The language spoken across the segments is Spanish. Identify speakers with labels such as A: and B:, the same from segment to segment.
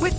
A: With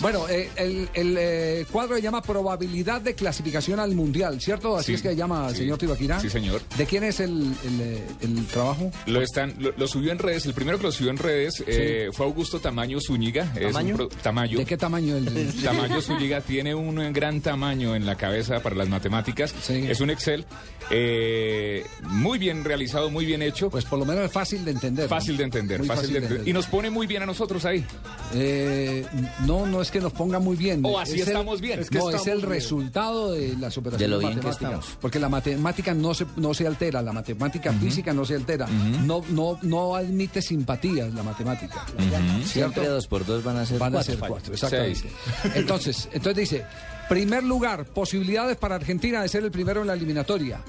B: Bueno, eh, el, el, eh, cuadro se llama probabilidad de clasificación al mundial, ¿cierto? Así
C: Sí,
B: es que se llama,
C: sí.
B: señor Tibaquirá.
C: Sí, señor.
B: ¿De quién es el, el, eh, el trabajo?
C: Lo están, lo, lo subió en redes. El primero que lo subió en redes eh, fue Augusto Tamaño Zúñiga. Es un pro- Tamayo.
B: ¿De qué tamaño? El,
C: Tamayo Zúñiga tiene un eh, gran tamaño en la cabeza para las matemáticas.
B: Sí.
C: Es un Excel eh, muy bien realizado, muy bien hecho.
B: pues por lo menos es fácil de entender. ¿no?
C: fácil de entender,
B: Muy
C: fácil, de entender. Y nos pone muy bien a nosotros ahí.
B: Eh, no, no es que nos ponga muy bien.
C: Oh, así
B: Es el-
C: estamos bien.
B: no, es el resultado de las
D: De
B: operaciones
D: lo bien que
B: matemáticas.
D: estamos.
B: Porque la matemática no se, no se altera, la matemática física no se altera. no, no, no admite simpatías la matemática. ¿Cierto?
D: Siempre dos por dos van a ser
B: Van a
D: cuatro.
B: ser cuatro, exactamente. Entonces, entonces dice, primer lugar, posibilidades para Argentina de ser el primero en la eliminatoria.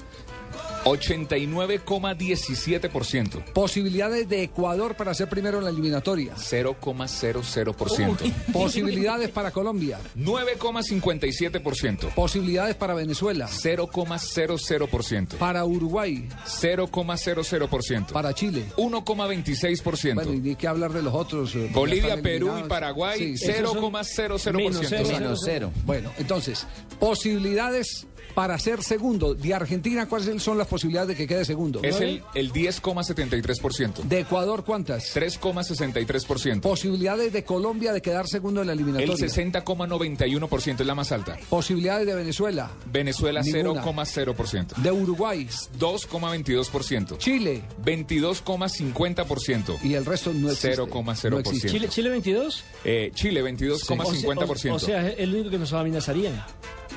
C: 89,17%.
B: Posibilidades de Ecuador para ser primero en la eliminatoria.
C: 0,00%.
B: Posibilidades para Colombia.
C: 9,57%.
B: Posibilidades para Venezuela.
C: 0,00%.
B: Para Uruguay.
C: 0,00%.
B: Para Chile. Bueno, y
C: 1,26%.
B: ni que hablar de los otros. eh, porque ya
C: Bolivia,
B: están
C: Perú y
B: eliminados.
C: Paraguay,
B: Sí, esos son-
D: Menos cero,
C: 0,00%.
D: menos cero.
B: Bueno, entonces, posibilidades para ser segundo. De Argentina, ¿cuáles son las posibilidades de que quede segundo?
C: Es el, el 10,73%.
B: De Ecuador, ¿cuántas?
C: 3,63%.
B: Posibilidades de Colombia de quedar segundo en la
C: El
B: eliminatoria.
C: 60,91% es la más alta.
B: Posibilidades de Venezuela,
C: Venezuela
B: Ninguna.
C: 0,0%.
B: de Uruguay,
C: 2,22%.
B: Chile
C: 22,50%.
B: y el resto no existe.
C: 0,0%.
B: No existe.
E: Chile, Chile 22.
C: Eh, Chile
E: O sea, O,
C: 22,50%.
E: o sea, es el único que nos amenazarían.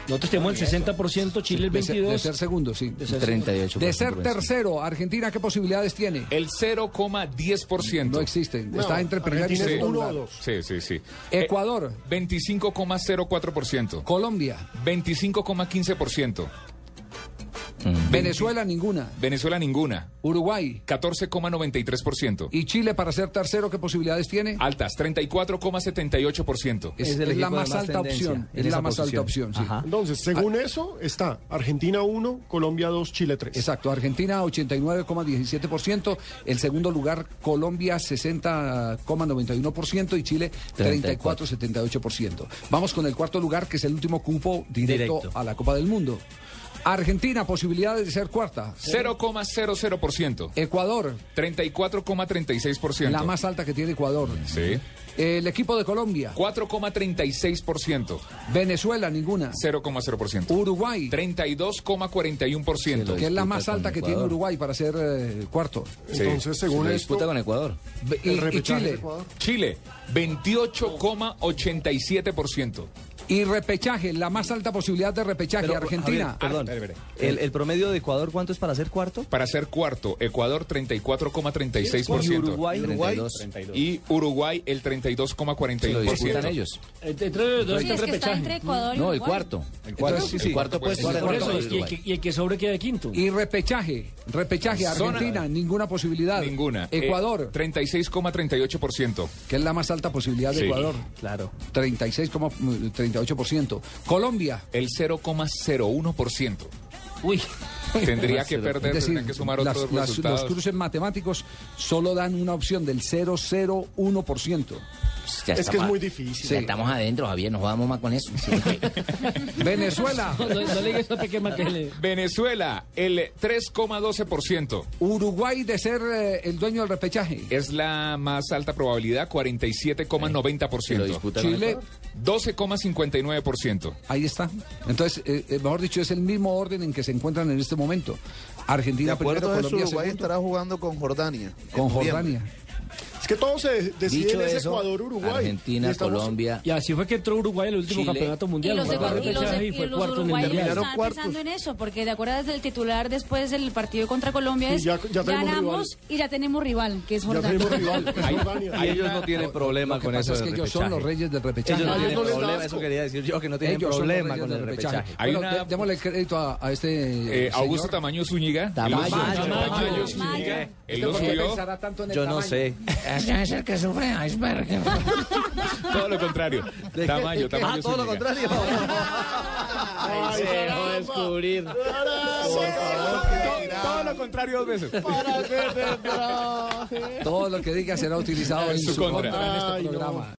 E: Nosotros tenemos el 60%, Chile el
B: De ser-
E: 22.
B: De ser segundo, sí.
E: de ser-
D: 38.
B: De ser tercero, Argentina, ¿qué posibilidades tiene?
C: El 0,10%.
B: No existe. Está entre primer y
C: Argentina es
B: segundo.
C: uno
B: lugar.
C: Sí, sí, sí.
B: Ecuador,
C: Eh, 25,04%.
B: Colombia,
C: 25,15%.
B: Mm. Venezuela ninguna,
C: Venezuela ninguna.
B: Uruguay
C: 14,93%.
B: y Chile para ser tercero, ¿qué posibilidades tiene?
C: Altas, 34,78%.
B: Es,
D: Es el
B: es la
D: equipo de
B: más
D: más
B: alta
D: tendencia
B: opción.
D: en
B: Es la
D: esa
B: más alta
D: posición.
B: opción, sí.
D: Ajá.
F: Entonces, según eso, está Argentina 1, Colombia 2, Chile 3.
B: Exacto, Argentina 89,17%, el segundo lugar Colombia 60,91% y Chile 34,78%. Vamos con el cuarto lugar que es el último cupo directo,
D: Directo.
B: a la Copa del Mundo. Argentina, posibilidades de ser cuarta.
C: 0,00%.
B: Ecuador,
C: 34,36%.
B: la más alta que tiene Ecuador.
C: Sí.
B: El equipo de Colombia,
C: 4,36%.
B: Venezuela ninguna.
C: 0,0%.
B: Uruguay, que es
C: 32,41%.
B: la
D: disputa
B: más
D: con
B: alta que tiene
D: Ecuador.
B: Uruguay para ser eh, cuarto.
C: Sí.
F: Entonces,
D: Se
F: según
D: lo
F: esto,
D: disputa con Ecuador.
B: Y,
F: el
B: y
F: repechaje de
B: Chile.
F: Ecuador.
C: Chile, 28,87%.
B: Y repechaje, la más alta posibilidad de repechaje, Argentina.
C: perdón.
D: El, el promedio de Ecuador, ¿cuánto es para ser cuarto?
C: Para ser cuarto, Ecuador
D: Y
C: 34,36%.
D: Uruguay, Uruguay. 32.
C: Y Uruguay el
D: Se lo disputan
C: 32,41%.
D: ellos.
E: Eh, Entre los dos
G: Sí, es
E: está el
G: que está
E: repechaje.
G: entre Ecuador y
D: No, el
G: Uruguay.
D: cuarto. El
B: cuarto,
D: cuarto,
B: sí,
C: sí.
D: el cuarto puesto.
C: Por
D: el
E: Por
D: cuarto de
E: eso, y el,
D: Uruguay.
E: que, y el que sobre queda quinto.
B: Y repechaje, repechaje,
C: Zona-
B: Argentina, ninguna posibilidad.
C: Ninguna. Eh,
B: Ecuador,
C: 36,38%.
B: que es la más alta posibilidad de
C: Sí.
B: Ecuador,
D: Claro.
B: mm, 36,38%. Colombia,
C: El 0,01%.
E: Uy,
C: Tendría que
B: es
C: perder,
B: decir,
C: tendría que sumar
B: las-
C: otros
B: las- los
C: resultados.
B: cruces matemáticos solo dan una opción del 0,01%.
D: Pues
F: Es
D: ya
F: que es
D: estamos-
F: muy difícil.
D: Ya estamos adentro, Javier, no jugamos más con eso.
B: Venezuela,
E: no, no- no le digas a Peque Maquele.
C: Venezuela, el 3,12%.
B: Uruguay de ser eh, el dueño del repechaje.
C: Es la más alta probabilidad,
D: Se lo
C: 47,90%.
D: disputan con
B: Chile,
D: Ecuador.
C: 12,59%.
B: Ahí está. Entonces, eh, eh, mejor dicho, es el mismo orden en que se encuentran en este momento. Argentina primero, Colombia segundo,
H: jugando con Jordania.
B: con Jordania.
H: Es
F: que todo se de- decide
D: Dicho
F: en ese
D: eso,
F: Ecuador, Uruguay.
D: Argentina,
F: Y estamos-
D: Colombia.
E: Y así fue que entró Uruguay al último
D: Chile.
E: campeonato
H: Y
E: mundial.
H: los,
E: Juan Pablo
H: y los-
E: Pechaje, y
H: y
E: fue
H: los
E: cuarto en el
H: uruguayos
E: Mundial.
H: estaban pensando en eso, porque de acuerdas del titular después del partido contra Colombia
F: Y
H: es
F: ya- ya tenemos
H: ganamos
F: rival".
H: y ya tenemos rival, que es
F: Ya
H: Jordania.
F: tenemos rival. es Jordania.
C: Ahí ellos no
B: tienen problema con eso. Es que ellos son los reyes del repechaje.
F: no tienen problema, eso
B: quería decir yo, que no tienen problema con el repechaje.
C: Hay
B: Bueno,
C: una-
B: dé- démosle crédito a, a este.
C: Eh, Augusto Tamaño Zúñiga.
D: Tamayo.
C: Él lo subió,
D: Tamayo.
C: Tamayo
H: Tamayo.
C: Zúñiga. Él lo subió.
B: Yo no sé.
D: Es el que sufre iceberg.
C: Todo lo contrario. Tamayo, Tamayo
F: Ah,
C: Zúñiga.
F: Ay, caramba. Para ser-
C: Todo lo contrario dos veces.
F: para ser verdad.
B: Todo lo que diga será utilizado en
C: su
B: su
C: contra.
B: contra en
F: Ay, no.
B: este programa.